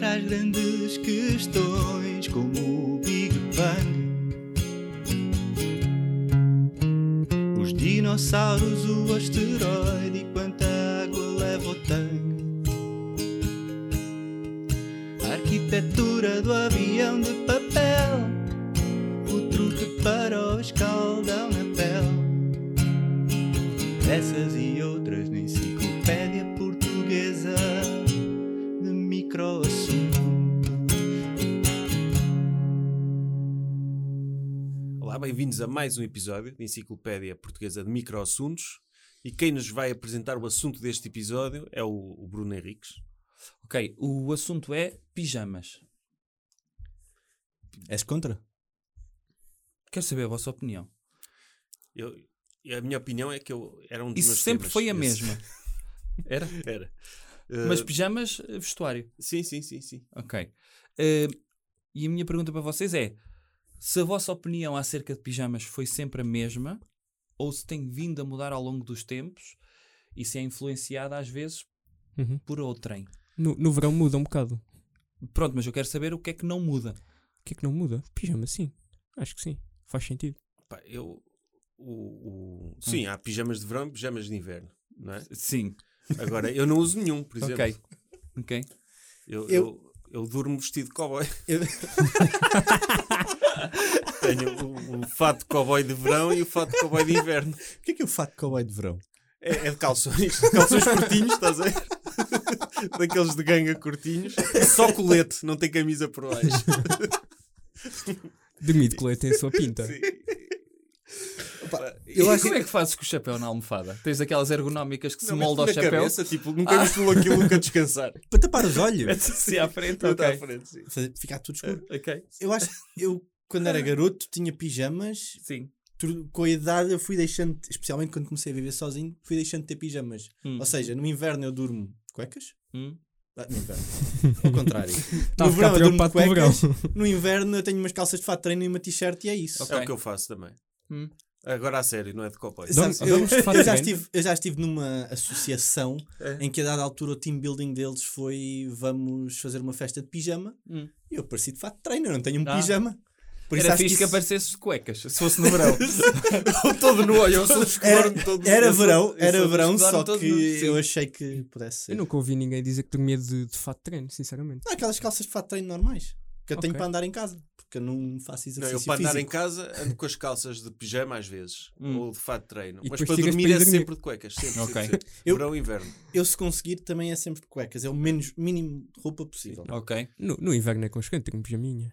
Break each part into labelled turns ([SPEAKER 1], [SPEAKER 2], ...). [SPEAKER 1] grandes questões, como o Big Bang. Os dinossauros, o asteroide e quanta água leva o tanque. A arquitetura do avião de papel, o truque para o escaldão na pele. Essas e outras na enciclopédia portuguesa de microassunto.
[SPEAKER 2] Olá, bem-vindos a mais um episódio da Enciclopédia Portuguesa de Microassuntos. E quem nos vai apresentar o assunto deste episódio é o, o Bruno Henriques.
[SPEAKER 3] Ok, o assunto é pijamas.
[SPEAKER 4] És contra?
[SPEAKER 3] Quero saber a vossa opinião.
[SPEAKER 2] Eu, a minha opinião é que eu era um dos
[SPEAKER 3] Isso
[SPEAKER 2] meus
[SPEAKER 3] sempre
[SPEAKER 2] temas,
[SPEAKER 3] foi a
[SPEAKER 2] esse.
[SPEAKER 3] mesma. Era?
[SPEAKER 2] Era.
[SPEAKER 3] Mas
[SPEAKER 2] Eh,
[SPEAKER 3] pijamas, eh, vestuário.
[SPEAKER 2] sim, sim, sim, sim.
[SPEAKER 3] Ok. Eh, e a minha pergunta para vocês é: se a vossa opinião acerca de pijamas foi sempre a mesma, ou se tem vindo a mudar ao longo dos tempos e se é influenciada às vezes
[SPEAKER 4] Uhum.
[SPEAKER 3] por outrem?
[SPEAKER 4] No, no verão muda um bocado.
[SPEAKER 3] Pronto, mas eu quero saber o que é que não muda.
[SPEAKER 4] O que é que não muda? Pijama, sim. Acho que sim. Faz sentido.
[SPEAKER 2] Pá, eu. o- o-
[SPEAKER 3] Hum.
[SPEAKER 2] sim, há pijamas de verão e pijamas de inverno. Não é?
[SPEAKER 3] Sim.
[SPEAKER 2] Agora, eu não uso nenhum, por exemplo.
[SPEAKER 3] Ok. Ok.
[SPEAKER 2] Eu,
[SPEAKER 5] Eu-
[SPEAKER 2] eu... eu durmo vestido de cowboy.
[SPEAKER 5] Eu-
[SPEAKER 2] Tenho o, o fato de cowboy de verão e o fato de cowboy de inverno.
[SPEAKER 5] O que é que é o fato de cowboy de verão?
[SPEAKER 2] É, é de calções, calções curtinhos, estás a ver? Daqueles de ganga curtinhos, só colete, não tem camisa por baixo.
[SPEAKER 4] Dormir de colete em sua pinta.
[SPEAKER 2] Sim.
[SPEAKER 5] Opa,
[SPEAKER 3] E
[SPEAKER 5] eu acho
[SPEAKER 3] como é que fazes com o chapéu na almofada? Tens aquelas ergonómicas que se
[SPEAKER 2] Não, mas
[SPEAKER 3] molda ao
[SPEAKER 2] na
[SPEAKER 3] chapéu?
[SPEAKER 2] Cabeça, tipo, nunca me estimulou aquilo, nunca descansar.
[SPEAKER 5] para tapar os olhos,
[SPEAKER 3] Sim, à frente,
[SPEAKER 2] Está à
[SPEAKER 3] ok.
[SPEAKER 2] frente, sim.
[SPEAKER 5] fazer- ficar tudo escuro.
[SPEAKER 3] Ok,
[SPEAKER 5] Eu acho eu quando era garoto tinha pijamas,
[SPEAKER 3] sim.
[SPEAKER 5] tu- com a idade eu fui deixando, especialmente quando comecei a viver sozinho, fui deixando de ter pijamas.
[SPEAKER 3] Hum.
[SPEAKER 5] Ou seja, no inverno eu durmo de cuecas.
[SPEAKER 3] Hum.
[SPEAKER 5] Ah, no inverno. Ao contrário.
[SPEAKER 4] Tá a ficar
[SPEAKER 5] eu durmo de
[SPEAKER 4] preocupado com o verão.
[SPEAKER 5] No inverno eu tenho umas calças de fato de treino e uma t-shirt e é isso.
[SPEAKER 3] Ok.
[SPEAKER 2] É o que eu faço também.
[SPEAKER 3] Hum.
[SPEAKER 2] Agora a sério, não é de cowboy.
[SPEAKER 5] Sabes,
[SPEAKER 4] Dormes-
[SPEAKER 5] eu,
[SPEAKER 4] dormes de fato de
[SPEAKER 5] eu já
[SPEAKER 4] treino?
[SPEAKER 5] estive, eu já estive numa associação
[SPEAKER 2] É.
[SPEAKER 5] em que a dada altura o team building deles foi vamos fazer uma festa de pijama
[SPEAKER 3] Hum.
[SPEAKER 5] e eu pareci de fato de treino, eu não tenho um
[SPEAKER 3] Ah.
[SPEAKER 5] pijama. Por
[SPEAKER 3] Era
[SPEAKER 5] acho
[SPEAKER 3] fixe que,
[SPEAKER 5] isso-
[SPEAKER 3] aparecesse de cuecas, se fosse no verão. todo nu, olha, eu sou
[SPEAKER 5] era,
[SPEAKER 2] todo-
[SPEAKER 5] era
[SPEAKER 2] eu sou-
[SPEAKER 5] verão,
[SPEAKER 2] eu
[SPEAKER 5] era
[SPEAKER 2] sou-
[SPEAKER 5] verão,
[SPEAKER 3] escolar,
[SPEAKER 5] só
[SPEAKER 3] todo
[SPEAKER 5] que
[SPEAKER 3] nu, sim.
[SPEAKER 5] eu achei que pudesse ser.
[SPEAKER 4] Eu nunca ouvi ninguém dizer que dormia de, de fato de treino, sinceramente.
[SPEAKER 5] Não, aquelas calças de fato de treino normais que eu tenho
[SPEAKER 4] Ok.
[SPEAKER 5] para andar em casa, porque eu não faço
[SPEAKER 2] Não,
[SPEAKER 5] exercício
[SPEAKER 2] eu para andar em
[SPEAKER 5] físico.
[SPEAKER 2] casa ando com as calças de pijama às vezes,
[SPEAKER 3] Hum.
[SPEAKER 2] ou de fato de treino.
[SPEAKER 4] E
[SPEAKER 2] Mas
[SPEAKER 4] depois
[SPEAKER 2] para
[SPEAKER 4] tiras
[SPEAKER 2] dormir
[SPEAKER 4] para ir
[SPEAKER 2] é
[SPEAKER 4] dormir.
[SPEAKER 2] sempre de cuecas, sempre,
[SPEAKER 3] Ok.
[SPEAKER 2] sempre, sempre.
[SPEAKER 5] Eu-
[SPEAKER 2] Verão e inverno.
[SPEAKER 5] Eu se conseguir também é sempre de cuecas, é o menos mínimo de roupa possível.
[SPEAKER 3] ok.
[SPEAKER 4] No, no inverno é constante ter um pijaminha.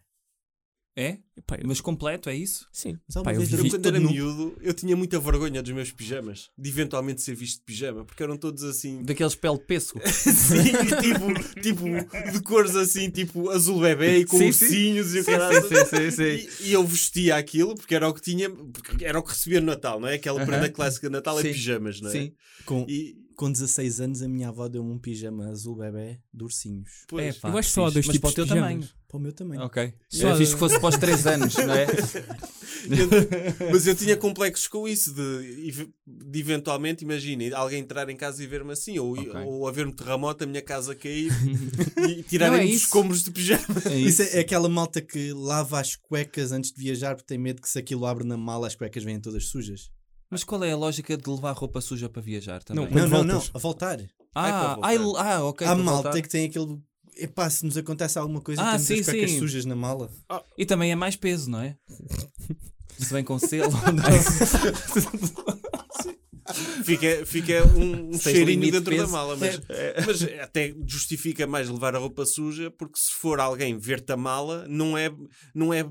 [SPEAKER 3] É?
[SPEAKER 4] Epá, eu-
[SPEAKER 3] Mas completo, é isso?
[SPEAKER 4] sim.
[SPEAKER 5] Mas alguma
[SPEAKER 4] Pá, eu
[SPEAKER 5] vez
[SPEAKER 2] Eu,
[SPEAKER 5] Vi
[SPEAKER 4] vivi,
[SPEAKER 2] quando
[SPEAKER 5] todo
[SPEAKER 2] era
[SPEAKER 5] nu.
[SPEAKER 2] miúdo, eu tinha muita vergonha dos meus pijamas, de eventualmente ser visto de pijama, porque eram todos assim.
[SPEAKER 3] Daqueles pele de pêssego.
[SPEAKER 2] Sim, e tipo, tipo, de cores assim, tipo azul bebê e com
[SPEAKER 3] Sim, sim.
[SPEAKER 2] ursinhos e o caralho. E, e eu vestia aquilo porque era o que tinha, porque era o que recebia no Natal, não é? Aquela
[SPEAKER 3] Aham.
[SPEAKER 2] prenda clássica de Natal
[SPEAKER 3] Sim.
[SPEAKER 2] é pijamas, não é?
[SPEAKER 3] Sim.
[SPEAKER 5] Com,
[SPEAKER 2] E,
[SPEAKER 5] com 16 anos a minha avó deu-me um pijama azul bebê de ursinhos.
[SPEAKER 2] pois,
[SPEAKER 3] Epá,
[SPEAKER 4] eu acho que só há
[SPEAKER 3] fixe.
[SPEAKER 4] dois
[SPEAKER 3] Mas
[SPEAKER 4] tipos
[SPEAKER 3] para o
[SPEAKER 4] de
[SPEAKER 3] teu
[SPEAKER 4] pijamas.
[SPEAKER 3] tamanho.
[SPEAKER 5] Para o meu tamanho.
[SPEAKER 3] Ok.
[SPEAKER 4] Só-
[SPEAKER 3] Era fixe que fosse para os 3 anos, não é?
[SPEAKER 2] eu- mas eu tinha complexos com isso, de, de eventualmente, imagina, alguém entrar em casa e ver-me assim, ou,
[SPEAKER 3] Ok.
[SPEAKER 2] ou haver-me terremoto, a minha casa cair e
[SPEAKER 3] Não, é
[SPEAKER 2] tirarem-me os
[SPEAKER 3] isso.
[SPEAKER 2] escombros de pijama.
[SPEAKER 3] É
[SPEAKER 5] Isso
[SPEAKER 3] isso.
[SPEAKER 5] é aquela malta que lava as cuecas antes de viajar porque tem medo que se aquilo abre na mala as cuecas vêm todas sujas.
[SPEAKER 3] Mas qual é a lógica de levar roupa suja para viajar também?
[SPEAKER 4] Quando
[SPEAKER 5] não, É não,
[SPEAKER 4] voltas.
[SPEAKER 5] não, a voltar.
[SPEAKER 3] Ah,
[SPEAKER 2] Ai, para
[SPEAKER 3] ai,
[SPEAKER 2] voltar.
[SPEAKER 3] ah, ok.
[SPEAKER 5] Há
[SPEAKER 3] para
[SPEAKER 5] malta
[SPEAKER 3] voltar.
[SPEAKER 5] que tem aquele. Epá, se nos acontece alguma coisa,
[SPEAKER 3] Ah,
[SPEAKER 5] temos
[SPEAKER 3] sim,
[SPEAKER 5] as cuecas
[SPEAKER 3] sim.
[SPEAKER 5] sujas na mala.
[SPEAKER 3] E também é mais peso, não é? Se vem com selo.
[SPEAKER 2] Fica, fica um, um
[SPEAKER 3] Tens
[SPEAKER 2] cheirinho
[SPEAKER 3] limite de
[SPEAKER 2] dentro da
[SPEAKER 3] peso. É.
[SPEAKER 2] mala, mas, é, mas até justifica mais levar a roupa suja, porque se for alguém ver-te a mala, não é, não é,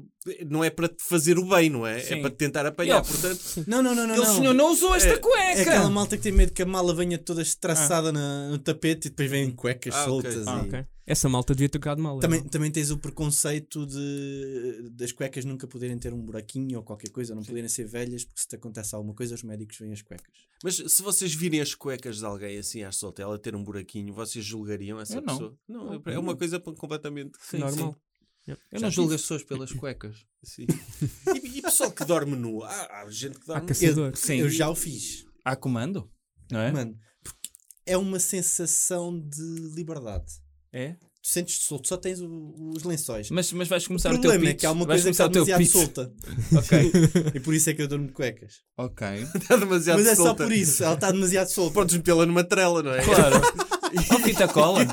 [SPEAKER 2] não é para te fazer o bem, não é?
[SPEAKER 3] Sim.
[SPEAKER 2] É para te tentar apanhar.
[SPEAKER 3] E, ó,
[SPEAKER 2] Portanto,
[SPEAKER 5] Não, não, não, não.
[SPEAKER 3] Ele,
[SPEAKER 5] não.
[SPEAKER 3] senhor, não usou esta
[SPEAKER 5] É Ah.
[SPEAKER 3] cueca!
[SPEAKER 5] aquela malta que tem medo que a mala venha toda estraçada na- no tapete e depois vêm cuecas
[SPEAKER 2] Ah, ok.
[SPEAKER 5] soltas.
[SPEAKER 4] Ah,
[SPEAKER 5] e-
[SPEAKER 4] ok. Essa malta devia ter jogado mal. é
[SPEAKER 5] Também, também tens o preconceito de das cuecas nunca poderem ter um buraquinho ou qualquer coisa, não poderem ser velhas, porque se te acontece alguma coisa, os médicos veem as cuecas.
[SPEAKER 2] mas se vocês virem as cuecas de alguém assim à solta, ela ter um buraquinho, vocês julgariam essa
[SPEAKER 3] Eu não.
[SPEAKER 2] pessoa? Não, é uma coisa completamente.
[SPEAKER 3] Sim,
[SPEAKER 4] normal.
[SPEAKER 3] sim. Eu não julgo as pessoas pelas cuecas.
[SPEAKER 2] Sim. e, e pessoal que dorme nu? Há, há gente que
[SPEAKER 4] Há
[SPEAKER 2] dorme nu.
[SPEAKER 4] caçador.
[SPEAKER 3] Sim.
[SPEAKER 5] Eu já o fiz,
[SPEAKER 3] Há comando? Não é?
[SPEAKER 5] mano, porque é uma sensação de liberdade.
[SPEAKER 3] É?
[SPEAKER 5] Tu sentes-te solto, só tens o- os lençóis.
[SPEAKER 3] Mas, mas vais
[SPEAKER 5] o
[SPEAKER 3] começar o teu
[SPEAKER 5] problema
[SPEAKER 3] pitch.
[SPEAKER 5] é que há uma
[SPEAKER 3] vais
[SPEAKER 5] coisa que está
[SPEAKER 3] começar
[SPEAKER 5] demasiado
[SPEAKER 3] o teu pitch.
[SPEAKER 5] solta.
[SPEAKER 3] Ok.
[SPEAKER 5] E por isso é que eu durmo de cuecas.
[SPEAKER 3] Ok.
[SPEAKER 2] Está tá demasiado
[SPEAKER 5] Mas é só
[SPEAKER 2] solta.
[SPEAKER 5] por isso, ela está demasiado solta.
[SPEAKER 2] Podes metê-la numa trela, não é?
[SPEAKER 3] Claro. Ou fita cola.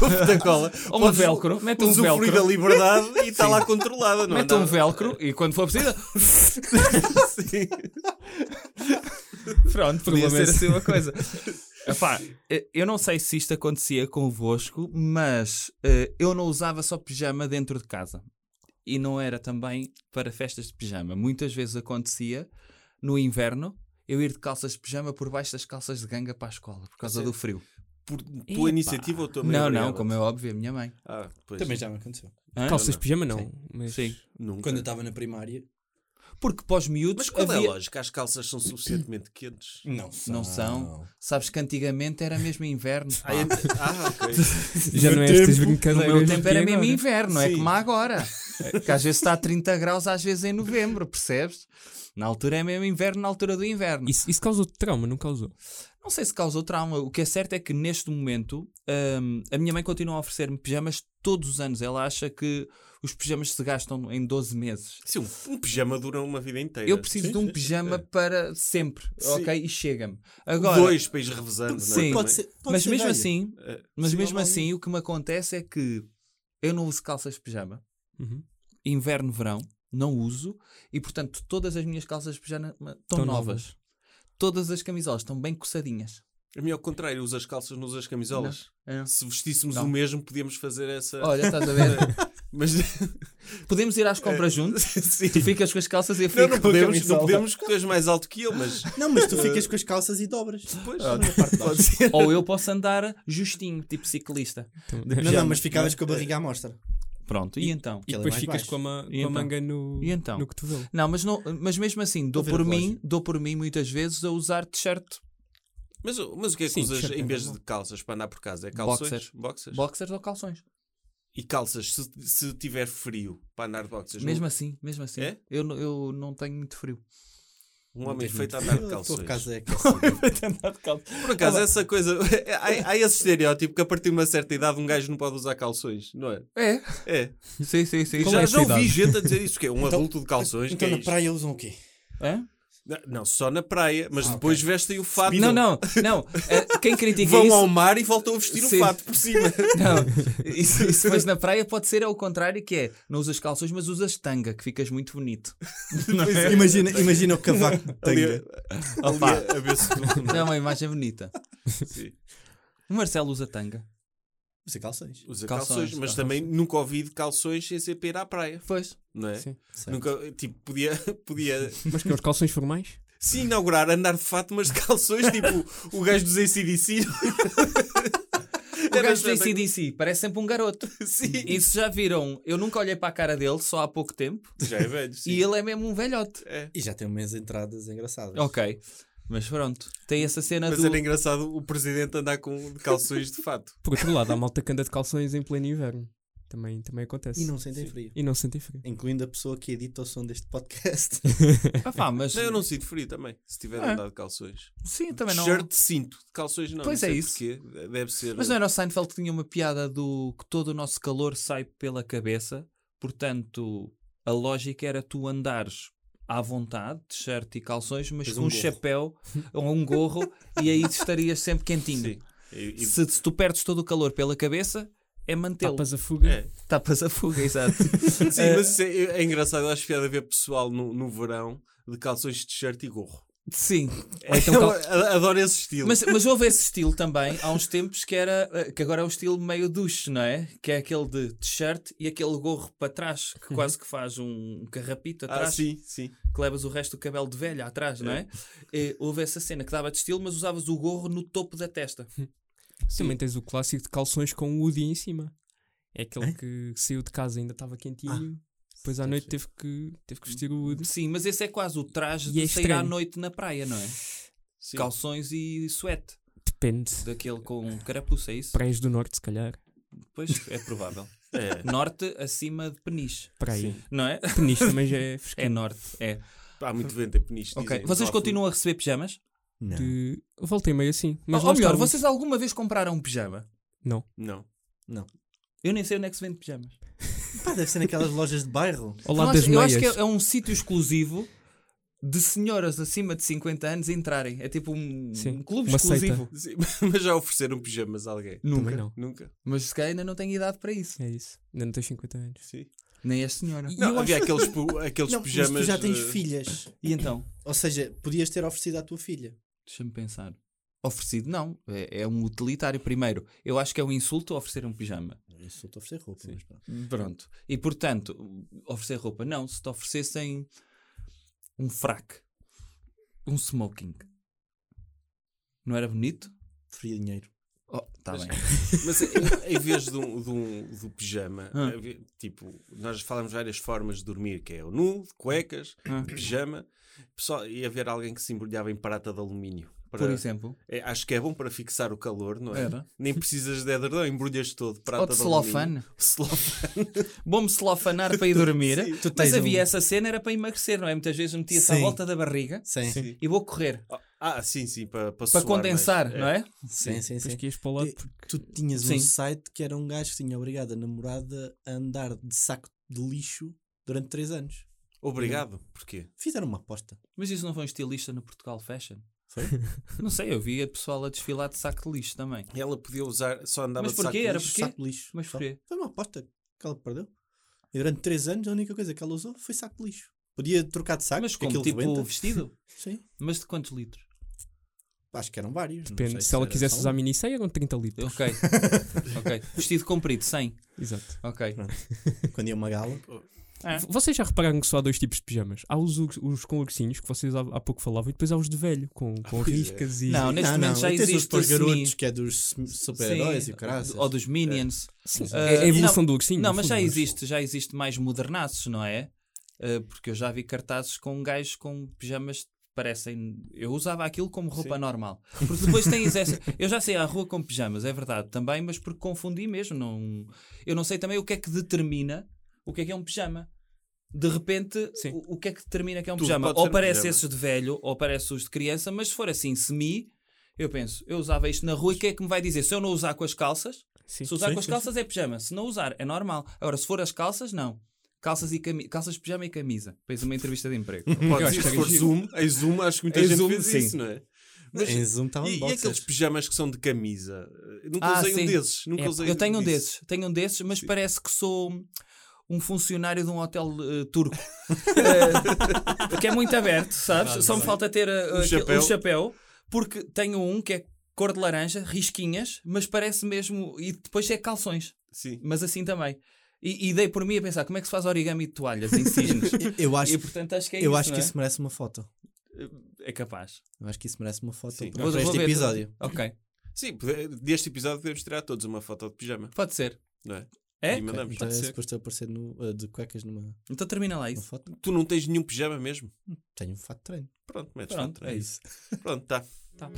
[SPEAKER 2] Ou fita cola.
[SPEAKER 3] Ou um
[SPEAKER 2] Podes
[SPEAKER 3] velcro. Mete um
[SPEAKER 2] usufruir
[SPEAKER 3] velcro.
[SPEAKER 2] da liberdade e está lá controlada, não é?
[SPEAKER 3] Mete um velcro e quando for preciso.
[SPEAKER 2] Sim.
[SPEAKER 3] Pronto,
[SPEAKER 4] Podia
[SPEAKER 3] podia ser
[SPEAKER 4] ser.
[SPEAKER 3] assim uma coisa. Epá, eh, eu não sei se isto acontecia convosco, mas eh, eu não usava só pijama dentro de casa. E não era também para festas de pijama. Muitas vezes acontecia no inverno eu ir de calças de pijama por baixo das calças de ganga para a escola por causa do frio.
[SPEAKER 2] Por tua
[SPEAKER 4] Epá.
[SPEAKER 2] iniciativa ou tua mãe
[SPEAKER 3] Não, não,
[SPEAKER 2] obrigava-te?
[SPEAKER 3] como é óbvio, a minha mãe.
[SPEAKER 2] Ah, pois.
[SPEAKER 5] Também já me aconteceu.
[SPEAKER 3] Hã?
[SPEAKER 4] Calças de pijama não. Mas...
[SPEAKER 3] Sim.
[SPEAKER 2] Nunca.
[SPEAKER 5] Quando eu estava na primária,
[SPEAKER 3] Porque pós miúdos
[SPEAKER 2] Mas qual é
[SPEAKER 3] havia-
[SPEAKER 2] a lógica? As calças são suficientemente quentes?
[SPEAKER 5] não são.
[SPEAKER 3] não são. Sabes que antigamente era mesmo inverno.
[SPEAKER 2] Ah, ent- ah, ok.
[SPEAKER 4] Já
[SPEAKER 5] No
[SPEAKER 4] não é
[SPEAKER 5] meu
[SPEAKER 4] estas
[SPEAKER 5] tempo-
[SPEAKER 4] brincadeiras.
[SPEAKER 3] No meu tempo era
[SPEAKER 4] que
[SPEAKER 3] mesmo
[SPEAKER 4] agora.
[SPEAKER 3] inverno, não é
[SPEAKER 5] Sim.
[SPEAKER 3] como há agora. Que às vezes está a 30 graus, às vezes é em novembro, percebes? Na altura é mesmo inverno, na altura do inverno.
[SPEAKER 4] Isso, isso causou trauma, não causou?
[SPEAKER 3] Não sei se causou trauma. O que é certo é que neste momento hum, a minha mãe continua a oferecer-me pijamas todos os anos. Ela acha que os pijamas se gastam em 12 meses.
[SPEAKER 2] Sim, um, um pijama dura uma vida inteira.
[SPEAKER 3] Eu preciso de um pijama para sempre, ok? E chega-me. Agora,
[SPEAKER 2] Dois para ir revezando. não é?
[SPEAKER 3] Sim.
[SPEAKER 2] Também.
[SPEAKER 5] Pode ser, pode
[SPEAKER 3] mas
[SPEAKER 5] ser
[SPEAKER 3] mesmo
[SPEAKER 5] velha.
[SPEAKER 3] assim,
[SPEAKER 2] Eh,
[SPEAKER 3] mas
[SPEAKER 5] sim,
[SPEAKER 3] mesmo
[SPEAKER 5] normal.
[SPEAKER 3] assim, o que me acontece é que eu não uso calças de pijama.
[SPEAKER 4] Uhum.
[SPEAKER 3] inverno, verão, não uso e portanto todas as minhas calças de pijama estão
[SPEAKER 4] Tão
[SPEAKER 3] novas.
[SPEAKER 4] novas.
[SPEAKER 3] Todas as camisolas estão bem coçadinhas.
[SPEAKER 2] A mim, ao contrário, usa as calças, não usa as camisolas.
[SPEAKER 3] Não. É.
[SPEAKER 2] Se vestíssemos
[SPEAKER 3] Não.
[SPEAKER 2] o mesmo, podíamos fazer essa.
[SPEAKER 3] Olha, estás a ver?
[SPEAKER 2] Mas
[SPEAKER 3] Podemos ir às compras juntos?
[SPEAKER 2] Eh, Sim.
[SPEAKER 3] Tu ficas com as calças e eu fico
[SPEAKER 2] Não, não
[SPEAKER 3] com a
[SPEAKER 2] podemos, não
[SPEAKER 3] camisola.
[SPEAKER 2] podemos, porque tu és mais alto que eu, mas
[SPEAKER 5] Não, mas tu ficas com as calças e dobras.
[SPEAKER 2] depois.
[SPEAKER 5] Pode ser.
[SPEAKER 3] Ou eu posso andar justinho, tipo ciclista.
[SPEAKER 4] Então,
[SPEAKER 5] Não, não, mas ficavas com a barriga à mostra.
[SPEAKER 3] Pronto, e, então?
[SPEAKER 4] E
[SPEAKER 5] Aquela
[SPEAKER 4] depois
[SPEAKER 5] é mais
[SPEAKER 4] ficas
[SPEAKER 5] baixa.
[SPEAKER 4] com a,
[SPEAKER 3] E
[SPEAKER 4] ma- com a
[SPEAKER 3] então?
[SPEAKER 4] manga no,
[SPEAKER 3] E então?
[SPEAKER 4] no cotovelo.
[SPEAKER 3] Não mas, não, mas mesmo assim, dou
[SPEAKER 5] Vou
[SPEAKER 3] por
[SPEAKER 5] ver a
[SPEAKER 3] mim,
[SPEAKER 5] relógio.
[SPEAKER 3] dou por mim muitas vezes a usar t-shirt,
[SPEAKER 2] Mas, o- mas o que é que
[SPEAKER 4] Sim,
[SPEAKER 2] usas
[SPEAKER 4] t-shirt
[SPEAKER 2] em
[SPEAKER 4] é
[SPEAKER 2] vez de
[SPEAKER 4] normal.
[SPEAKER 2] calças para andar por casa? É calções?
[SPEAKER 3] Boxers.
[SPEAKER 2] Boxers?
[SPEAKER 3] boxers ou calções.
[SPEAKER 2] E calças, se, se tiver frio, para andar de boxers.
[SPEAKER 3] Mesmo assim, mesmo assim.
[SPEAKER 2] É?
[SPEAKER 3] Eu, não- eu não tenho muito frio.
[SPEAKER 2] Um homem
[SPEAKER 5] Tens
[SPEAKER 2] feito a
[SPEAKER 5] muito-
[SPEAKER 2] andar de
[SPEAKER 5] Eu
[SPEAKER 2] calções.
[SPEAKER 5] estou por causa é calças.
[SPEAKER 2] Por acaso, essa coisa. há, há esse estereótipo que a partir de uma certa idade um gajo não pode usar calções, não é?
[SPEAKER 3] É?
[SPEAKER 2] É.
[SPEAKER 3] Sim, sim, sim.
[SPEAKER 4] Qual
[SPEAKER 2] já
[SPEAKER 4] é essa
[SPEAKER 2] já ouvi
[SPEAKER 4] idade?
[SPEAKER 2] gente a dizer isso, que é um
[SPEAKER 5] Então-
[SPEAKER 2] adulto de calções.
[SPEAKER 5] Então
[SPEAKER 2] que é
[SPEAKER 5] na
[SPEAKER 2] isto?
[SPEAKER 5] praia usam o quê?
[SPEAKER 3] Hã?
[SPEAKER 2] Não, Não, só na praia, mas
[SPEAKER 5] Ah,
[SPEAKER 2] depois vestem o fato.
[SPEAKER 3] Não, não, não. Eh, Quem critica
[SPEAKER 2] Vão
[SPEAKER 3] isso.
[SPEAKER 2] ao mar e voltam a vestir
[SPEAKER 3] Sim.
[SPEAKER 2] o fato por cima.
[SPEAKER 3] Não, isso, isso depois na praia pode ser ao contrário, que é não usas calções, mas usas tanga, que ficas muito bonito. é?
[SPEAKER 5] Imagina, imagina o cavaco de
[SPEAKER 2] Ali,
[SPEAKER 5] tanga.
[SPEAKER 2] a- ali a, a ver se tudo.
[SPEAKER 3] É uma imagem bonita.
[SPEAKER 2] Sim.
[SPEAKER 3] O Marcelo usa tanga.
[SPEAKER 5] Usa calções.
[SPEAKER 2] Usa
[SPEAKER 3] Calções,
[SPEAKER 2] calções, mas
[SPEAKER 3] calções.
[SPEAKER 2] também nunca ouvi de calções sem ser para ir à praia,
[SPEAKER 3] Pois.
[SPEAKER 2] não é?
[SPEAKER 4] Sim.
[SPEAKER 2] Nunca, tipo, podia, podia
[SPEAKER 4] Mas que os calções formais?
[SPEAKER 2] se inaugurar andar de fato, mas de calções, tipo o gajo dos ACDC.
[SPEAKER 3] O gajo do ACDC parece sempre um garoto.
[SPEAKER 2] Sim.
[SPEAKER 3] E se já viram, eu nunca olhei para a cara dele, só há pouco tempo,
[SPEAKER 2] Já é velho, sim.
[SPEAKER 3] e ele é mesmo um velhote.
[SPEAKER 2] É.
[SPEAKER 5] E já tem umas entradas engraçadas.
[SPEAKER 3] Ok. Mas pronto, tem essa cena
[SPEAKER 2] Mas
[SPEAKER 3] do.
[SPEAKER 2] era engraçado o presidente andar com calções de fato.
[SPEAKER 4] Por outro lado, há malta que anda de calções em pleno inverno. Também, também acontece.
[SPEAKER 5] E não sentem frio.
[SPEAKER 4] E não sentem frio.
[SPEAKER 5] Incluindo a pessoa que edita o som deste podcast.
[SPEAKER 3] Ah, pá, mas.
[SPEAKER 2] Não, eu não sinto frio também, se tiver
[SPEAKER 3] Ah.
[SPEAKER 2] andado de calções.
[SPEAKER 3] Sim, também não.
[SPEAKER 2] Shirt cinto, de calções não.
[SPEAKER 3] Pois
[SPEAKER 2] não
[SPEAKER 3] é
[SPEAKER 2] sei
[SPEAKER 3] isso.
[SPEAKER 2] Porquê. Deve ser. um-
[SPEAKER 3] Mas não era o Seinfeld que tinha uma piada do que todo o nosso calor sai pela cabeça, portanto, a lógica era tu andares à vontade, t-shirt e calções, mas
[SPEAKER 5] Mas
[SPEAKER 3] com um,
[SPEAKER 5] um gorro.
[SPEAKER 3] chapéu ou um gorro e aí estarias sempre quentinho.
[SPEAKER 2] Sim. E- e-
[SPEAKER 3] é- Se, se tu perdes todo o calor pela cabeça, é mantê-lo. Tapas,
[SPEAKER 4] Tapas
[SPEAKER 2] É.
[SPEAKER 4] a fuga.
[SPEAKER 3] a fuga, exato.
[SPEAKER 2] Sim, mas isso é, é engraçado. Eu acho piada ver pessoal no, no verão de calções de t-shirt e gorro.
[SPEAKER 3] Sim.
[SPEAKER 2] Eu a- adoro esse estilo.
[SPEAKER 3] então Mas, mas houve esse estilo também há uns tempos que era eh, que agora é um estilo meio duche, não é? Que é aquele de t-shirt e aquele gorro para trás que quase que faz um carrapito
[SPEAKER 2] ah,
[SPEAKER 3] atrás.
[SPEAKER 2] sim, sim.
[SPEAKER 3] que levas o resto do cabelo de velha atrás, não é? Eh, houve essa cena que dava de estilo, mas usavas o gorro no topo da testa.
[SPEAKER 4] Também tens o clássico de calções com o Woody em cima. É aquele que saiu de casa e ainda estava quentinho. Depois à noite teve que, teve que vestir o Woody.
[SPEAKER 3] Sim, mas esse é quase o traje
[SPEAKER 4] E
[SPEAKER 3] de
[SPEAKER 4] é
[SPEAKER 3] sair à
[SPEAKER 4] estranho.
[SPEAKER 3] noite na praia, não é?
[SPEAKER 2] sim.
[SPEAKER 3] Calções e suéte.
[SPEAKER 4] Depende.
[SPEAKER 3] Daquele com carapuço, é isso?
[SPEAKER 4] Praias do Norte, se calhar.
[SPEAKER 3] Pois, é provável.
[SPEAKER 2] É.
[SPEAKER 3] norte acima de Peniche,
[SPEAKER 4] Praia.
[SPEAKER 3] não é?
[SPEAKER 4] Peniche também já é
[SPEAKER 3] É
[SPEAKER 4] fresquinho.
[SPEAKER 3] norte, é.
[SPEAKER 2] Há muito vento em Peniche.
[SPEAKER 3] Ok.
[SPEAKER 2] dizem.
[SPEAKER 3] Vocês
[SPEAKER 2] Não há frio.
[SPEAKER 3] continuam a receber pijamas?
[SPEAKER 5] Não.
[SPEAKER 4] De... Voltei meio assim. Mas
[SPEAKER 3] Ou-
[SPEAKER 4] lá
[SPEAKER 3] Ou melhor,
[SPEAKER 4] está, o-
[SPEAKER 3] vocês alguma vez compraram um pijama?
[SPEAKER 2] Não.
[SPEAKER 5] Não.
[SPEAKER 3] Eu nem sei onde é que se vende pijamas.
[SPEAKER 5] Pá, deve ser naquelas lojas de bairro.
[SPEAKER 4] Ao
[SPEAKER 3] Eu
[SPEAKER 4] lado
[SPEAKER 3] acho-
[SPEAKER 4] das
[SPEAKER 3] eu
[SPEAKER 4] meias.
[SPEAKER 3] acho que é, é um sítio exclusivo de senhoras acima de 50 anos entrarem. É tipo um,
[SPEAKER 4] Sim,
[SPEAKER 3] um clube
[SPEAKER 4] uma
[SPEAKER 3] exclusivo.
[SPEAKER 2] Sim, Mas já ofereceram pijamas a alguém?
[SPEAKER 4] Também não.
[SPEAKER 2] Nunca?
[SPEAKER 3] Mas se calhar ainda não tenho idade para isso.
[SPEAKER 4] É isso. Ainda não tens 50 anos.
[SPEAKER 2] Sim.
[SPEAKER 3] Nem esta senhora.
[SPEAKER 4] E-
[SPEAKER 2] Não,
[SPEAKER 4] eu
[SPEAKER 2] havia aqueles, pu- aqueles
[SPEAKER 5] Não, mas
[SPEAKER 2] pijamas.
[SPEAKER 5] tu já tens
[SPEAKER 2] eh,
[SPEAKER 5] filhas.
[SPEAKER 3] E então?
[SPEAKER 5] Ou seja, podias ter oferecido à tua filha.
[SPEAKER 3] Deixa-me pensar. Oferecido não. É, é um utilitário primeiro. Eu acho que é um insulto oferecer um pijama.
[SPEAKER 5] Isso estou a oferecer roupa, mas pronto.
[SPEAKER 3] Pronto. E portanto, oferecer roupa não. Se te oferecessem um fraque, um smoking, não era bonito?
[SPEAKER 5] Preferia dinheiro.
[SPEAKER 3] Oh, tá bem.
[SPEAKER 2] Mas em- em vez de um- de um- do pijama,
[SPEAKER 3] Ah.
[SPEAKER 2] havia- tipo, nós falamos várias formas de dormir, que é o nu, de cuecas,
[SPEAKER 3] Ah.
[SPEAKER 2] de pijama. Pessoal, ia haver alguém que se embrulhava em prata de alumínio. para-
[SPEAKER 3] Por exemplo,
[SPEAKER 2] É, acho que é bom para fixar o calor, não é?
[SPEAKER 3] Era.
[SPEAKER 2] Nem precisas de edredão, embrulhas todo. Prata
[SPEAKER 3] ou de celofane.
[SPEAKER 2] alumínio. Celofane.
[SPEAKER 3] Vou-me celofanar para ir dormir.
[SPEAKER 5] Tu
[SPEAKER 3] Mas
[SPEAKER 5] tens
[SPEAKER 3] havia
[SPEAKER 5] um-
[SPEAKER 3] essa cena, era para emagrecer, não é? Muitas vezes metia-se à
[SPEAKER 5] Sim.
[SPEAKER 3] volta da barriga
[SPEAKER 5] Sim, sim,
[SPEAKER 2] Sim.
[SPEAKER 3] e vou correr
[SPEAKER 2] Ah, sim, sim, para, para,
[SPEAKER 3] para
[SPEAKER 2] suar
[SPEAKER 3] condensar,
[SPEAKER 2] mais.
[SPEAKER 3] não é?
[SPEAKER 5] sim. sim,
[SPEAKER 4] Depois que ias para o lado.
[SPEAKER 5] E Tu tinhas
[SPEAKER 3] Sim.
[SPEAKER 5] um site que era um gajo que tinha obrigado a namorada a andar de saco de lixo durante 3 anos.
[SPEAKER 2] Obrigado. Porquê?
[SPEAKER 5] Fizeram uma aposta.
[SPEAKER 3] Mas isso não foi um estilista no Portugal Fashion?
[SPEAKER 5] Foi?
[SPEAKER 3] Não sei, eu via pessoal a desfilar de saco de lixo também.
[SPEAKER 2] Ela podia usar, só andava
[SPEAKER 3] Mas
[SPEAKER 2] de saco
[SPEAKER 3] porquê?
[SPEAKER 2] de
[SPEAKER 3] Era
[SPEAKER 2] lixo.
[SPEAKER 3] porquê?
[SPEAKER 5] Saco de lixo.
[SPEAKER 3] Mas
[SPEAKER 5] Só.
[SPEAKER 3] porquê?
[SPEAKER 5] Foi uma aposta que ela perdeu. E durante 3 anos a única coisa que ela usou foi saco de lixo. Podia trocar de saco,
[SPEAKER 3] Mas
[SPEAKER 5] porque
[SPEAKER 3] como
[SPEAKER 5] aquilo
[SPEAKER 3] tipo
[SPEAKER 5] rebenta.
[SPEAKER 3] vestido?
[SPEAKER 5] Sim.
[SPEAKER 3] Mas de quantos litros?
[SPEAKER 5] Acho que eram vários. não sei
[SPEAKER 4] Depende. Se ela
[SPEAKER 5] era
[SPEAKER 4] quisesse
[SPEAKER 5] só um.
[SPEAKER 4] usar mini 100, eram 30 litros.
[SPEAKER 3] Ok. ok. Vestido comprido, 100.
[SPEAKER 4] Exato.
[SPEAKER 3] Ok.
[SPEAKER 5] Quando ia uma gala.
[SPEAKER 3] É.
[SPEAKER 4] V- Vocês já repararam que só há dois tipos de pijamas? Há os, ur- os com ursinhos, que vocês há, há pouco falavam, e depois há os de velho, com, com
[SPEAKER 2] pois é.
[SPEAKER 4] riscas e.
[SPEAKER 3] Não, neste
[SPEAKER 5] não,
[SPEAKER 3] momento
[SPEAKER 5] não.
[SPEAKER 3] já
[SPEAKER 5] e tens os
[SPEAKER 3] existe.
[SPEAKER 5] para
[SPEAKER 3] semi-
[SPEAKER 5] garotos que é dos super-heróis
[SPEAKER 3] Sim,
[SPEAKER 5] e o caraças.
[SPEAKER 3] Ou dos Minions.
[SPEAKER 4] Sim,
[SPEAKER 3] Ah,
[SPEAKER 4] é a evolução
[SPEAKER 3] não,
[SPEAKER 4] do ursinho.
[SPEAKER 3] Não,
[SPEAKER 4] no
[SPEAKER 3] mas
[SPEAKER 4] fundo,
[SPEAKER 3] já existe, já existe mais modernaços, não é? Ah, porque eu já vi cartazes com gajos com pijamas que parecem. Eu usava aquilo como roupa normal. Porque depois tens essa. Eu já saí à rua com pijamas, é verdade, também, mas porque confundi mesmo. Não... Eu não sei também o que é que determina o que é que é um pijama. De repente,
[SPEAKER 4] Sim.
[SPEAKER 3] o, o que é que determina que é um
[SPEAKER 2] Tudo
[SPEAKER 3] pijama?
[SPEAKER 2] pode ser
[SPEAKER 3] Ou
[SPEAKER 2] um
[SPEAKER 3] parece
[SPEAKER 2] pijama.
[SPEAKER 3] esses de velho, ou parece os de criança, mas se for assim, semi, eu penso, eu usava isto na rua e o que é que me vai dizer? Se eu não usar com as calças,
[SPEAKER 4] Sim.
[SPEAKER 3] se usar
[SPEAKER 5] Sim,
[SPEAKER 3] com as
[SPEAKER 5] sim,
[SPEAKER 3] calças é pijama, se não usar é normal. Agora, se for as calças, não. Calças, e cami... calças pijama e camisa. Fez uma entrevista de emprego.
[SPEAKER 4] Eu
[SPEAKER 2] Pode
[SPEAKER 4] acho
[SPEAKER 2] ser, se
[SPEAKER 4] que era
[SPEAKER 2] for
[SPEAKER 4] giro.
[SPEAKER 2] Zoom, em Zoom acho que muita
[SPEAKER 3] é Em
[SPEAKER 2] gente
[SPEAKER 3] Zoom,
[SPEAKER 2] fez
[SPEAKER 3] sim.
[SPEAKER 2] isso, não é? Mas-
[SPEAKER 5] Em Zoom estavam
[SPEAKER 2] e, e aqueles pijamas que são de camisa? Nunca
[SPEAKER 3] Então, Ah,
[SPEAKER 2] usei
[SPEAKER 3] sim.
[SPEAKER 2] um desses. Nunca
[SPEAKER 4] É,
[SPEAKER 2] usei
[SPEAKER 3] Eu tenho um
[SPEAKER 2] disso.
[SPEAKER 3] desses, tenho um desses, mas parece que sou um funcionário de um hotel eh, turco. Eh, Porque é muito aberto, sabes? Só me falta ter eh, aquele- um, chapéu.
[SPEAKER 2] chapéu.
[SPEAKER 3] porque tenho um que é cor de laranja, risquinhas, mas parece mesmo. E depois é calções,
[SPEAKER 2] Sim.
[SPEAKER 3] mas assim também. E, e dei por mim a pensar como é que se faz origami de toalhas em cisnes.
[SPEAKER 5] Eu acho,
[SPEAKER 3] e portanto acho que é
[SPEAKER 5] eu
[SPEAKER 3] isso.
[SPEAKER 5] acho
[SPEAKER 3] não
[SPEAKER 5] que
[SPEAKER 3] é?
[SPEAKER 5] isso merece uma foto.
[SPEAKER 3] É capaz.
[SPEAKER 5] Eu acho que isso merece uma foto
[SPEAKER 2] Sim.
[SPEAKER 5] para para este
[SPEAKER 3] ver-
[SPEAKER 5] episódio.
[SPEAKER 3] Ok,
[SPEAKER 2] Sim, pode- deste episódio podemos tirar todos uma foto de pijama,
[SPEAKER 3] pode ser.
[SPEAKER 2] não é?
[SPEAKER 3] É?
[SPEAKER 2] E mandamos.
[SPEAKER 5] Então é
[SPEAKER 4] ser.
[SPEAKER 5] suposto aparecer no, uh, de cuecas numa,
[SPEAKER 3] Então termina lá
[SPEAKER 5] numa
[SPEAKER 3] isso.
[SPEAKER 5] foto.
[SPEAKER 2] Tu não tens nenhum pijama mesmo?
[SPEAKER 5] Tenho um fato de treino.
[SPEAKER 2] Pronto, metes
[SPEAKER 3] Pronto,
[SPEAKER 2] lá
[SPEAKER 3] é
[SPEAKER 2] atrás.
[SPEAKER 3] isso.
[SPEAKER 2] Pronto, tá.
[SPEAKER 3] Tá.